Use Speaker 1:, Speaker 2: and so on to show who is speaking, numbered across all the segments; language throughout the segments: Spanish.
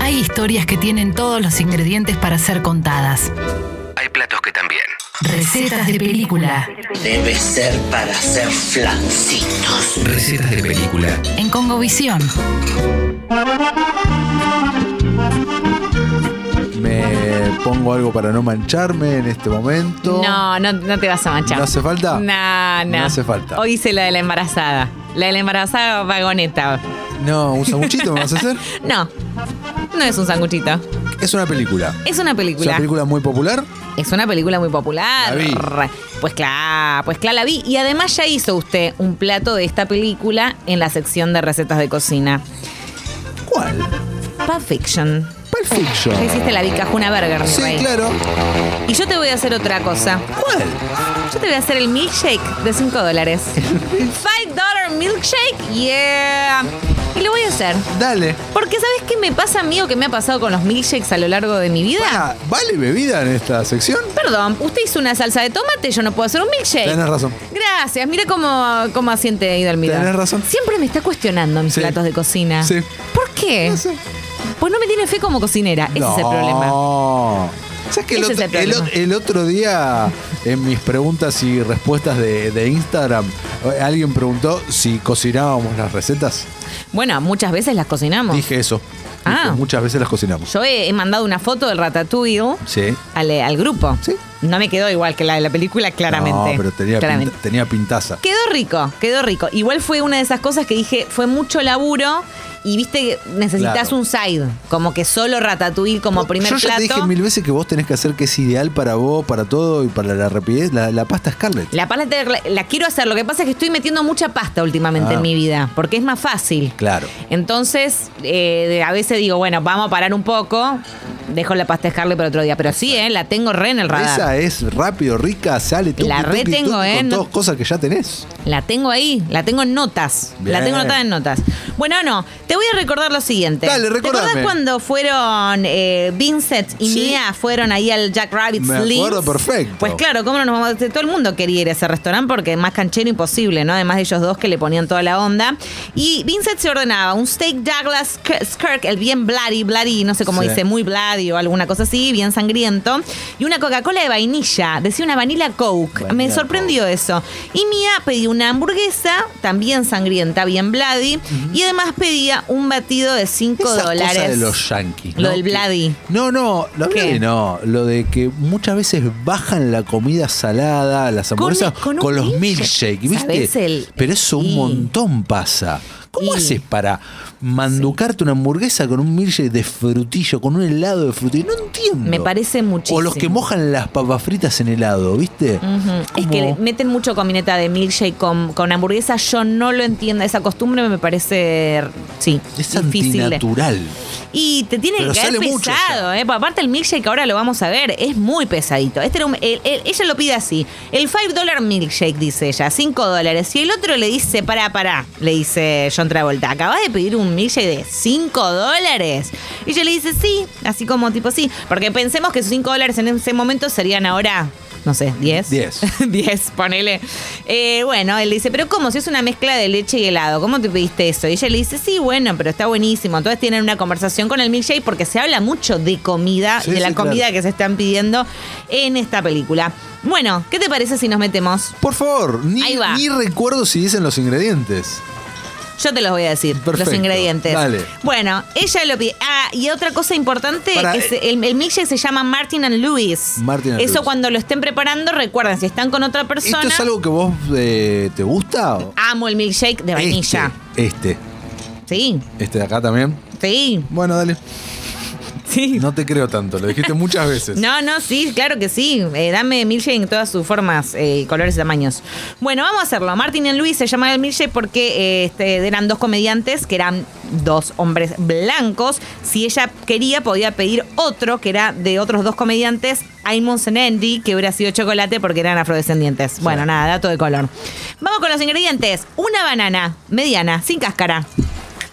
Speaker 1: Hay historias que tienen todos los ingredientes para ser contadas.
Speaker 2: Hay platos que también.
Speaker 1: Recetas de película.
Speaker 3: Debe ser para hacer flancitos.
Speaker 2: Recetas de película.
Speaker 1: En Congovisión.
Speaker 4: Me pongo algo para no mancharme en este momento.
Speaker 5: No, no, no te vas a manchar.
Speaker 4: ¿No hace falta?
Speaker 5: No, no.
Speaker 4: No hace falta.
Speaker 5: Hoy hice la de la embarazada. La de la embarazada vagoneta.
Speaker 4: No, un sanguchito me vas a hacer.
Speaker 5: No, no es un sanguchito.
Speaker 4: Es una película.
Speaker 5: Es una
Speaker 4: Es una
Speaker 5: película.
Speaker 4: película muy popular.
Speaker 5: Es una película muy popular.
Speaker 4: La vi.
Speaker 5: Pues claro, pues claro, la vi. Y además ya hizo usted un plato de esta película en la sección de recetas de cocina.
Speaker 4: ¿Cuál?
Speaker 5: Pulp Fiction.
Speaker 4: Pulp Fiction.
Speaker 5: Ya hiciste la Vicajuna Burger, mi
Speaker 4: Sí,
Speaker 5: rey.
Speaker 4: claro.
Speaker 5: Y yo te voy a hacer otra cosa.
Speaker 4: ¿Cuál?
Speaker 5: Yo te voy a hacer el milkshake de 5 dólares. ¿Five dollar milkshake? Yeah. Y lo voy a hacer.
Speaker 4: Dale.
Speaker 5: Porque ¿sabes qué me pasa a mí o qué me ha pasado con los milkshakes a lo largo de mi vida?
Speaker 4: Ah, ¿Vale bebida en esta sección?
Speaker 5: Perdón, usted hizo una salsa de tomate, yo no puedo hacer un milkshake.
Speaker 4: Tenés razón.
Speaker 5: Gracias, mira cómo, cómo asiente Ida Almidón.
Speaker 4: Tenés razón.
Speaker 5: Siempre me está cuestionando mis
Speaker 4: Sí.
Speaker 5: platos de cocina.
Speaker 4: Sí.
Speaker 5: ¿Por qué?
Speaker 4: No sé.
Speaker 5: Pues no me tiene fe como cocinera, ese Eh, es el problema.
Speaker 4: No. ¿Sabes que el
Speaker 5: Ese
Speaker 4: otro,
Speaker 5: es el
Speaker 4: el o-
Speaker 5: problema.
Speaker 4: el otro día en mis preguntas y respuestas de, de Instagram, eh, alguien preguntó si cocinábamos las recetas?
Speaker 5: Bueno, muchas veces las cocinamos.
Speaker 4: Dije eso.
Speaker 5: Ah.
Speaker 4: Dije, muchas veces las cocinamos.
Speaker 5: Yo he, he mandado una foto del ratatouille
Speaker 4: Sí.
Speaker 5: al, eh, al grupo.
Speaker 4: Sí.
Speaker 5: No me quedó igual que la de la película, claramente.
Speaker 4: No, pero tenía, pinta-
Speaker 5: Claramente.
Speaker 4: tenía pintaza.
Speaker 5: Quedó rico, quedó rico. Igual fue una de esas cosas que dije, fue mucho laburo y viste que necesitas
Speaker 4: Claro.
Speaker 5: un side, como que solo ratatouille como primer
Speaker 4: Yo ya
Speaker 5: plato.
Speaker 4: te dije mil veces que vos tenés que hacer que es ideal para vos, para todo y para la rapidez. La, la pasta Scarlett.
Speaker 5: La pasta de- la, quiero hacer, lo que pasa es que estoy metiendo mucha pasta últimamente
Speaker 4: Ah.
Speaker 5: en mi vida, porque es más fácil.
Speaker 4: Claro.
Speaker 5: Entonces, eh, a veces digo, bueno, vamos a parar un poco, dejo la pasta de Scarlett para otro día, pero sí, eh, la tengo re en el radar.
Speaker 4: Esa es rápido, rica, sale tuqui,
Speaker 5: La re
Speaker 4: tuqui,
Speaker 5: tengo,
Speaker 4: tuqui,
Speaker 5: ¿eh?
Speaker 4: Con
Speaker 5: No-
Speaker 4: todas cosas que ya tenés.
Speaker 5: La tengo ahí, la tengo en notas. La
Speaker 4: Bien.
Speaker 5: tengo anotada en notas. Bueno, no, te voy a recordar lo siguiente.
Speaker 4: Dale, recordame.
Speaker 5: ¿Te acordás cuando fueron eh, Vincent y
Speaker 4: Sí.
Speaker 5: Mia fueron ahí al Jack Rabbit's
Speaker 4: Me
Speaker 5: Links?
Speaker 4: acuerdo perfecto.
Speaker 5: Pues claro, ¿cómo no nos vamos a- Todo el mundo quería ir a ese restaurante porque más canchero imposible, ¿no? Además de ellos dos que le ponían toda la onda. Y Vincent se ordenaba un steak Douglas K- Skirk, el bien bloody, bloody, no sé cómo
Speaker 4: Sí.
Speaker 5: dice, muy bloody o alguna cosa así, bien sangriento. Y una Coca-Cola de vainilla, decía una Vanilla Coke.
Speaker 4: Vanilla
Speaker 5: Me
Speaker 4: Coke.
Speaker 5: sorprendió pidió eso. Y Mía pedía una hamburguesa, también sangrienta, bien bloody, y además pedía un batido de 5
Speaker 4: Esa cosa
Speaker 5: dólares.
Speaker 4: de los yankees.
Speaker 5: Lo del
Speaker 4: Que-
Speaker 5: Vladi.
Speaker 4: No, no, lo
Speaker 5: ¿Qué?
Speaker 4: Vladi no. Lo de que muchas veces bajan la comida salada, las hamburguesas,
Speaker 5: con
Speaker 4: con,
Speaker 5: un
Speaker 4: los
Speaker 5: milkshake.
Speaker 4: milkshakes, ¿viste?
Speaker 5: ¿Sabés el-
Speaker 4: Pero eso
Speaker 5: Y-
Speaker 4: un montón pasa. ¿Cómo
Speaker 5: Y-
Speaker 4: haces para manducarte una hamburguesa con un milkshake de frutillo, con un helado de frutillo? No entiendo.
Speaker 5: Me parece muchísimo.
Speaker 4: O los que mojan las papas fritas en helado, ¿viste?
Speaker 5: Ujú. Es
Speaker 4: Como-
Speaker 5: que le meten mucho combineta de milkshake con, con hamburguesa. Yo no lo entiendo. Esa costumbre me parece, sí,
Speaker 4: es
Speaker 5: difícil. de-
Speaker 4: antinatural.
Speaker 5: Y te tiene
Speaker 4: Pero
Speaker 5: que caer
Speaker 4: sale mucho
Speaker 5: pesado, ¿eh? Aparte, el milkshake ahora lo vamos a ver, es muy pesadito. Este era un- el- el- ella lo pide así: el 5 dollar milkshake, dice ella, 5 dólares. Y el otro le dice: pará, pará, le dice John Travolta, ¿acabas de pedir un milkshake de 5 dólares? Y ella le dice: sí, así como tipo sí. Porque pensemos que esos 5 dólares en ese momento serían ahora. No sé, 10.
Speaker 4: 10.
Speaker 5: 10, ponele. Eh, bueno, él le dice, pero ¿cómo? Si es una mezcla de leche y helado, ¿cómo te pediste eso? Y ella le dice, sí, bueno, pero está buenísimo. Entonces tienen una conversación con el milkshake porque se habla mucho de comida,
Speaker 4: Sí,
Speaker 5: de la
Speaker 4: sí,
Speaker 5: comida
Speaker 4: claro.
Speaker 5: que se están pidiendo en esta película. Bueno, ¿qué te parece si nos metemos?
Speaker 4: Por favor, ni,
Speaker 5: Ahí va.
Speaker 4: ni recuerdo si dicen los ingredientes.
Speaker 5: Yo te los voy a decir,
Speaker 4: Perfecto,
Speaker 5: los ingredientes.
Speaker 4: dale.
Speaker 5: Bueno, ella lo pide. Ah, y otra cosa importante,
Speaker 4: Pará,
Speaker 5: es
Speaker 4: eh.
Speaker 5: el, el milkshake se llama Martin and Louis.
Speaker 4: Martin and
Speaker 5: Eso
Speaker 4: Louis.
Speaker 5: cuando lo estén preparando, recuerden, si están con otra persona...
Speaker 4: ¿Esto es algo que vos eh, te gusta?
Speaker 5: Amo el milkshake de vainilla.
Speaker 4: Este, este.
Speaker 5: Sí,
Speaker 4: Este de acá también.
Speaker 5: sí,
Speaker 4: Bueno, dale.
Speaker 5: sí.
Speaker 4: No te creo tanto, lo dijiste muchas veces.
Speaker 5: No, no, sí, claro que sí. Eh, dame milkshake en todas sus formas, eh, colores y tamaños. Bueno, vamos a hacerlo. Martin y Luis se llamaba el milkshake porque eh, este, eran dos comediantes que eran dos hombres blancos. Si ella quería, podía pedir otro que era de otros dos comediantes, Aymon's and Andy, que hubiera sido chocolate porque eran afrodescendientes. Bueno, nada, dato de color. Vamos con los ingredientes. Una banana mediana, sin cáscara.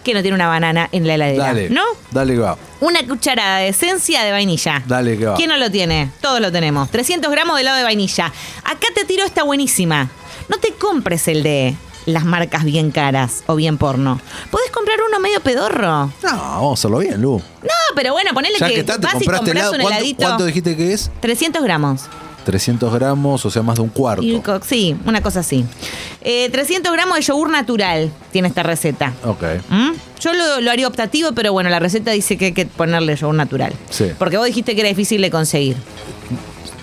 Speaker 5: Que no tiene una banana en la heladera,
Speaker 4: dale.
Speaker 5: ¿no?
Speaker 4: Dale que va.
Speaker 5: Una cucharada de esencia de vainilla.
Speaker 4: Dale, que va.
Speaker 5: ¿Quién no lo tiene? Todos lo tenemos. 300 gramos de helado de vainilla. Acá te tiro esta buenísima. No te compres el de las marcas bien caras o bien porno. Podés comprar uno medio pedorro.
Speaker 4: No, vamos a hacerlo bien, Lu.
Speaker 5: No, pero bueno, ponele
Speaker 4: Ya
Speaker 5: que,
Speaker 4: que está, te
Speaker 5: vas y
Speaker 4: compraste
Speaker 5: compras
Speaker 4: helado.
Speaker 5: un
Speaker 4: ¿Cuánto,
Speaker 5: heladito.
Speaker 4: cuánto dijiste que es?
Speaker 5: 300 gramos.
Speaker 4: 300 gramos, o sea, más de un cuarto.
Speaker 5: Y co- sí, una cosa así. Eh, 300 gramos de yogur natural tiene esta receta.
Speaker 4: Ok.
Speaker 5: ¿Mm? Yo lo, lo haría optativo, pero bueno, la receta dice que hay que ponerle yogur natural.
Speaker 4: Sí.
Speaker 5: Porque vos dijiste que era difícil de conseguir.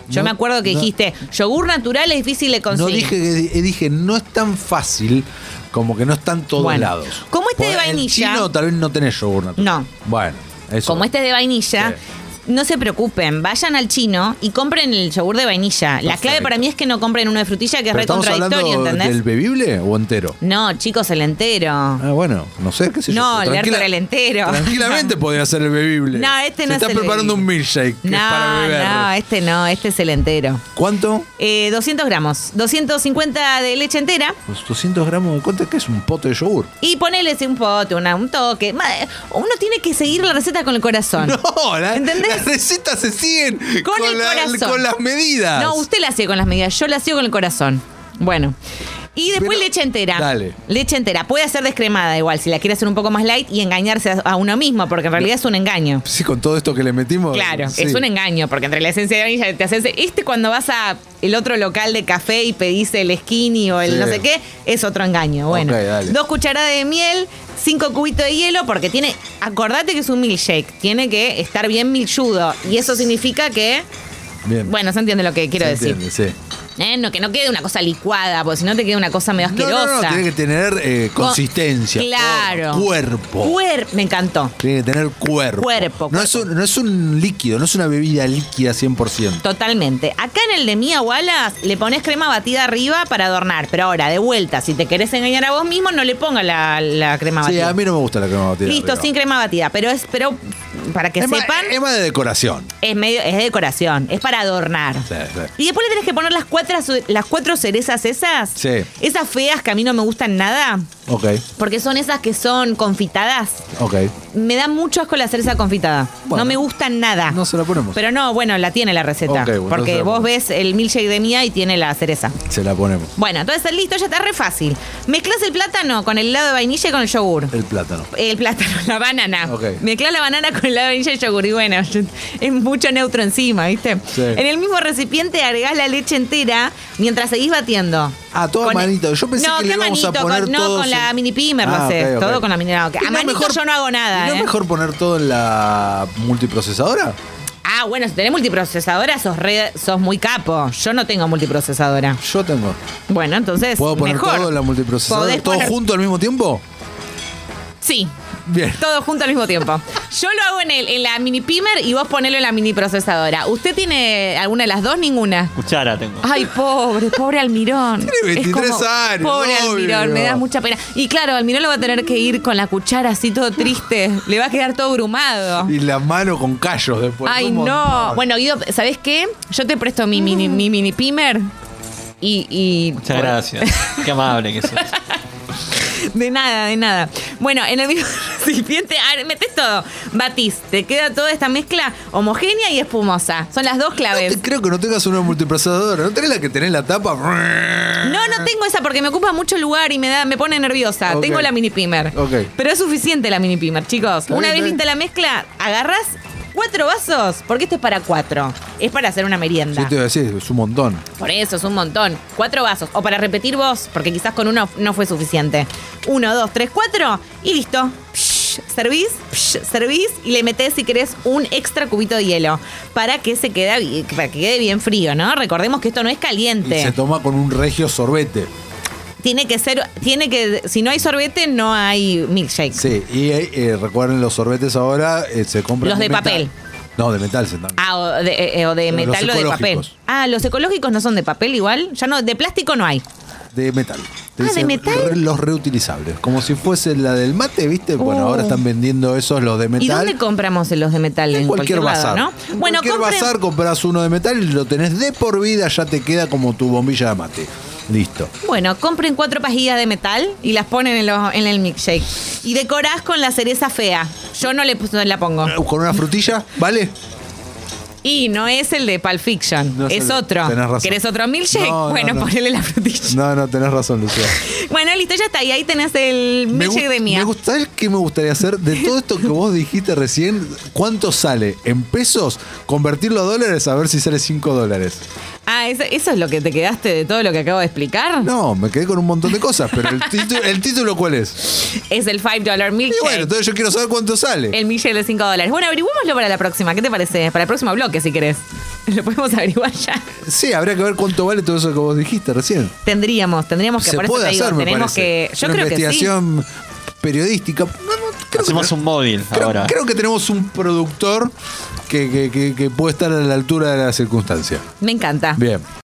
Speaker 5: Yo
Speaker 4: No,
Speaker 5: me acuerdo que
Speaker 4: no.
Speaker 5: dijiste, yogur natural es difícil de
Speaker 4: No
Speaker 5: conseguir.
Speaker 4: dije que- eh, dije, no es tan fácil como que no están todos
Speaker 5: Bueno,
Speaker 4: lados.
Speaker 5: como este de
Speaker 4: Porque en
Speaker 5: vainilla-
Speaker 4: chino tal vez no tenés yogur natural.
Speaker 5: No.
Speaker 4: Bueno, eso.
Speaker 5: Como este es de vainilla, no se preocupen, vayan al chino y compren el yogur de vainilla. La clave
Speaker 4: Perfecto.
Speaker 5: para mí es que no compren uno de frutilla que
Speaker 4: Pero
Speaker 5: es re
Speaker 4: estamos hablando
Speaker 5: contradictorio, ¿entendés?
Speaker 4: del bebible o entero.
Speaker 5: No, chicos, el entero.
Speaker 4: Ah, bueno, no sé qué sé
Speaker 5: No,
Speaker 4: yo.
Speaker 5: el
Speaker 4: Tranquila-
Speaker 5: Hertha era el entero.
Speaker 4: Tranquilamente podría ser el bebible.
Speaker 5: No, este
Speaker 4: Se
Speaker 5: no es
Speaker 4: está
Speaker 5: el
Speaker 4: preparando
Speaker 5: bebible.
Speaker 4: un milkshake que
Speaker 5: no,
Speaker 4: es para beber.
Speaker 5: no, este no, este es el entero.
Speaker 4: ¿Cuánto?
Speaker 5: Eh, 200 gramos, 250 de leche entera
Speaker 4: Pues 200 gramos de cuánto que es un pote de yogur.
Speaker 5: y ponele sí, un pote, una- un toque. Ma- Uno tiene que seguir la receta con el corazón.
Speaker 4: No, la-
Speaker 5: ¿Entendés?
Speaker 4: las recetas se siguen
Speaker 5: Con el
Speaker 4: la-
Speaker 5: corazón.
Speaker 4: con las medidas.
Speaker 5: No, usted la hacía con las medidas, yo la hacía con el corazón. Bueno. Y después
Speaker 4: Pero-
Speaker 5: leche entera.
Speaker 4: Dale.
Speaker 5: Leche entera. Puede ser descremada igual, si la quiere hacer un poco más light y engañarse a, a uno mismo, porque en realidad es un engaño.
Speaker 4: Sí, con todo esto que le metimos.
Speaker 5: Claro,
Speaker 4: sí.
Speaker 5: es un engaño, porque entre la esencia de vainilla te haces. Este cuando vas a el otro local de café y pedís el skinny o el
Speaker 4: Sí.
Speaker 5: no sé qué, es otro engaño. Bueno,
Speaker 4: Ok, dale.
Speaker 5: dos cucharadas de miel, cinco cubitos de hielo, porque tiene. Acordate que es un milkshake, tiene que estar bien milchudo. Y eso significa que.
Speaker 4: Bien.
Speaker 5: Bueno, se entiende lo que quiero
Speaker 4: se
Speaker 5: decir.
Speaker 4: entiende, sí.
Speaker 5: Eh, No, que no quede una cosa licuada, porque si no te queda una cosa medio
Speaker 4: No,
Speaker 5: asquerosa.
Speaker 4: no, no, tiene que tener eh,
Speaker 5: Co-
Speaker 4: consistencia.
Speaker 5: Claro.
Speaker 4: forma, Cuerpo.
Speaker 5: Cuer- Me encantó.
Speaker 4: tiene que tener cuerpo.
Speaker 5: Cuerpo,
Speaker 4: No, es un, no es un líquido, no es una bebida líquida 100%.
Speaker 5: Totalmente. Acá en el de Mía Wallace le pones crema batida arriba para adornar. Pero ahora, de vuelta, si te querés engañar a vos mismo, no le pongas la, la crema
Speaker 4: Sí,
Speaker 5: batida.
Speaker 4: a mí no me gusta la crema batida.
Speaker 5: Ah, Listo,
Speaker 4: arriba.
Speaker 5: sin crema batida. Pero es, pero para que
Speaker 4: Es más-
Speaker 5: sepan,
Speaker 4: Es más de decoración.
Speaker 5: es medio, es de decoración, es para adornar.
Speaker 4: Sí, sí.
Speaker 5: Y después le tenés que poner las cuatro, las cuatro cerezas esas.
Speaker 4: Sí.
Speaker 5: Esas feas que a mí no me gustan nada.
Speaker 4: Ok,
Speaker 5: Porque son esas que son confitadas.
Speaker 4: ok.
Speaker 5: Me da mucho asco la cereza confitada.
Speaker 4: Bueno.
Speaker 5: no me gusta nada.
Speaker 4: No se la ponemos.
Speaker 5: Pero no, bueno, la tiene la receta.
Speaker 4: Ok, bueno, no se
Speaker 5: porque
Speaker 4: la
Speaker 5: vos
Speaker 4: ponemos.
Speaker 5: ves el milkshake de mía y tiene la cereza.
Speaker 4: Se la ponemos.
Speaker 5: Bueno, entonces listo, ya está re fácil. Mezclas el plátano con el helado de vainilla y con el yogur.
Speaker 4: El plátano.
Speaker 5: El plátano, la banana.
Speaker 4: Ok.
Speaker 5: Mezclas la banana con el helado de vainilla y yogur. Y bueno, es mucho neutro encima, ¿viste?
Speaker 4: Sí.
Speaker 5: En el mismo recipiente agregás la leche entera mientras seguís batiendo.
Speaker 4: Ah, todo a manito. Yo pensé
Speaker 5: No,
Speaker 4: que le
Speaker 5: ¿qué
Speaker 4: íbamos a
Speaker 5: manito?
Speaker 4: poner
Speaker 5: Con- no,
Speaker 4: todos
Speaker 5: con la
Speaker 4: en-
Speaker 5: mini pimer lo
Speaker 4: Ah,
Speaker 5: haces.
Speaker 4: ok, ok.
Speaker 5: Todo con la mini no, ok.
Speaker 4: ¿Y
Speaker 5: A manito yo no hago nada,
Speaker 4: ¿y ¿No
Speaker 5: ¿eh?
Speaker 4: es mejor poner todo en la multiprocesadora?
Speaker 5: Ah, bueno, si tenés multiprocesadora, sos, re- sos muy capo. Yo no tengo multiprocesadora.
Speaker 4: Yo tengo.
Speaker 5: Bueno, entonces.
Speaker 4: ¿Puedo poner
Speaker 5: mejor.
Speaker 4: todo en la multiprocesadora?
Speaker 5: Podés
Speaker 4: ¿Todo
Speaker 5: poner-
Speaker 4: junto al mismo tiempo?
Speaker 5: Sí,
Speaker 4: Bien.
Speaker 5: todo junto al mismo tiempo. Yo lo hago en, el, en la mini pimer y vos ponelo en la mini procesadora. ¿Usted tiene alguna de las dos? Ninguna.
Speaker 6: Cuchara tengo.
Speaker 5: Ay, pobre, pobre Almirón.
Speaker 4: Tiene
Speaker 5: Es
Speaker 4: 23 años,
Speaker 5: Pobre
Speaker 4: obvio.
Speaker 5: Almirón, me da mucha pena. Y claro, Almirón lo va a tener que ir con la cuchara así todo triste. Le va a quedar todo grumado.
Speaker 4: Y la mano con callos después.
Speaker 5: Ay,
Speaker 4: un
Speaker 5: no.
Speaker 4: montón.
Speaker 5: Bueno, Guido, ¿sabes qué? Yo te presto mi mini, mi mini pimer. Y, y-
Speaker 6: Muchas gracias. Qué amable que sos.
Speaker 5: De nada, de nada. Bueno, en el mismo recipiente, a ver, metes todo. Batís, te queda toda esta mezcla homogénea y espumosa. Son las dos claves.
Speaker 4: Te- Creo que no tengas una multiprocesadora. ¿No tenés la que tenés la tapa?
Speaker 5: No, no tengo esa porque me ocupa mucho lugar y me da, me pone nerviosa.
Speaker 4: Ok.
Speaker 5: Tengo la mini pimer.
Speaker 4: Ok.
Speaker 5: Pero es suficiente la mini pimer, chicos.
Speaker 4: bien,
Speaker 5: Una vez
Speaker 4: está
Speaker 5: lista la mezcla, agarrás cuatro vasos, porque esto es para cuatro. Es para hacer una merienda.
Speaker 4: Sí, te iba a decir, es un montón.
Speaker 5: Por eso, es un montón. Cuatro vasos. O para repetir vos, porque quizás con uno no fue suficiente. Uno, dos, tres, cuatro y listo. Psh, servís, psh, servís y le metés, si querés, un extra cubito de hielo para que se quede, bi- para que quede bien frío, ¿no? Recordemos que esto no es
Speaker 4: Y se
Speaker 5: caliente.
Speaker 4: toma con un regio sorbete.
Speaker 5: Tiene que ser, tiene que, si no hay sorbete, no hay milkshake.
Speaker 4: Sí, y eh, eh, recuerden los sorbetes ahora eh, se compran.
Speaker 5: Los de
Speaker 4: metal.
Speaker 5: papel.
Speaker 4: No, de metal se dan.
Speaker 5: Ah, o de, eh, eh, o de
Speaker 4: Los
Speaker 5: metal o de papel.
Speaker 4: ecológicos.
Speaker 5: Ah, los ecológicos no son de papel igual. Ya no, de plástico no hay.
Speaker 4: De metal. Te
Speaker 5: Ah, ¿de
Speaker 4: dicen
Speaker 5: metal?
Speaker 4: re- los reutilizables. Como si fuese la del mate, ¿viste? Bueno,
Speaker 5: Oh.
Speaker 4: ahora están vendiendo esos, los de metal.
Speaker 5: ¿Y dónde compramos los de metal? En,
Speaker 4: En cualquier,
Speaker 5: lado,
Speaker 4: bazar.
Speaker 5: ¿no?
Speaker 4: En
Speaker 5: Bueno,
Speaker 4: cualquier
Speaker 5: compren-
Speaker 4: bazar compras uno de metal y lo tenés de por vida, ya te queda como tu bombilla de mate. Listo.
Speaker 5: Bueno, compren cuatro pajillas de metal y las ponen en, los- en el milkshake. Y decorás con la cereza fea. Yo no le pus- no la pongo.
Speaker 4: Con una frutilla, ¿vale?
Speaker 5: Y no es el de Pulp Fiction,
Speaker 4: No
Speaker 5: es,
Speaker 4: el-
Speaker 5: otro.
Speaker 4: tenés razón.
Speaker 5: ¿Querés otro milkshake?
Speaker 4: No, no,
Speaker 5: bueno,
Speaker 4: no.
Speaker 5: ponele la frutilla.
Speaker 4: No, no, tenés razón, Lucía.
Speaker 5: Bueno, listo, ya está. Y ahí tenés el milkshake
Speaker 4: gu-
Speaker 5: de mía.
Speaker 4: me gusta, ¿sabes qué me gustaría hacer? De todo esto que vos dijiste recién, ¿cuánto sale? ¿En pesos? Convertirlo a dólares a ver si sale 5 dólares.
Speaker 5: Ah, ¿eso, eso es lo que te quedaste de todo lo que acabo de explicar.
Speaker 4: No, me quedé con un montón de cosas, pero el, títu- el título ¿cuál es?
Speaker 5: Es el $5 dollar
Speaker 4: Y
Speaker 5: milkshake.
Speaker 4: bueno, entonces yo quiero saber cuánto sale.
Speaker 5: El milkshake de 5 dólares. Bueno, averiguémoslo para la próxima. ¿Qué te parece? Para el próximo bloque, si querés. Lo podemos averiguar ya.
Speaker 4: Sí, habría que ver cuánto vale todo eso que vos dijiste recién.
Speaker 5: Tendríamos, tendríamos que
Speaker 4: Se
Speaker 5: por eso
Speaker 4: puede
Speaker 5: te digo,
Speaker 4: hacer, me
Speaker 5: tenemos
Speaker 4: parece.
Speaker 5: que. Yo
Speaker 4: Una
Speaker 5: creo que sí.
Speaker 4: investigación periodística. No, no, creo que
Speaker 6: Hacemos
Speaker 4: no-
Speaker 6: un móvil
Speaker 4: Creo,
Speaker 6: ahora.
Speaker 4: creo que tenemos un productor que, que- que- que puede estar a la altura de la circunstancia.
Speaker 5: Me encanta.
Speaker 4: Bien.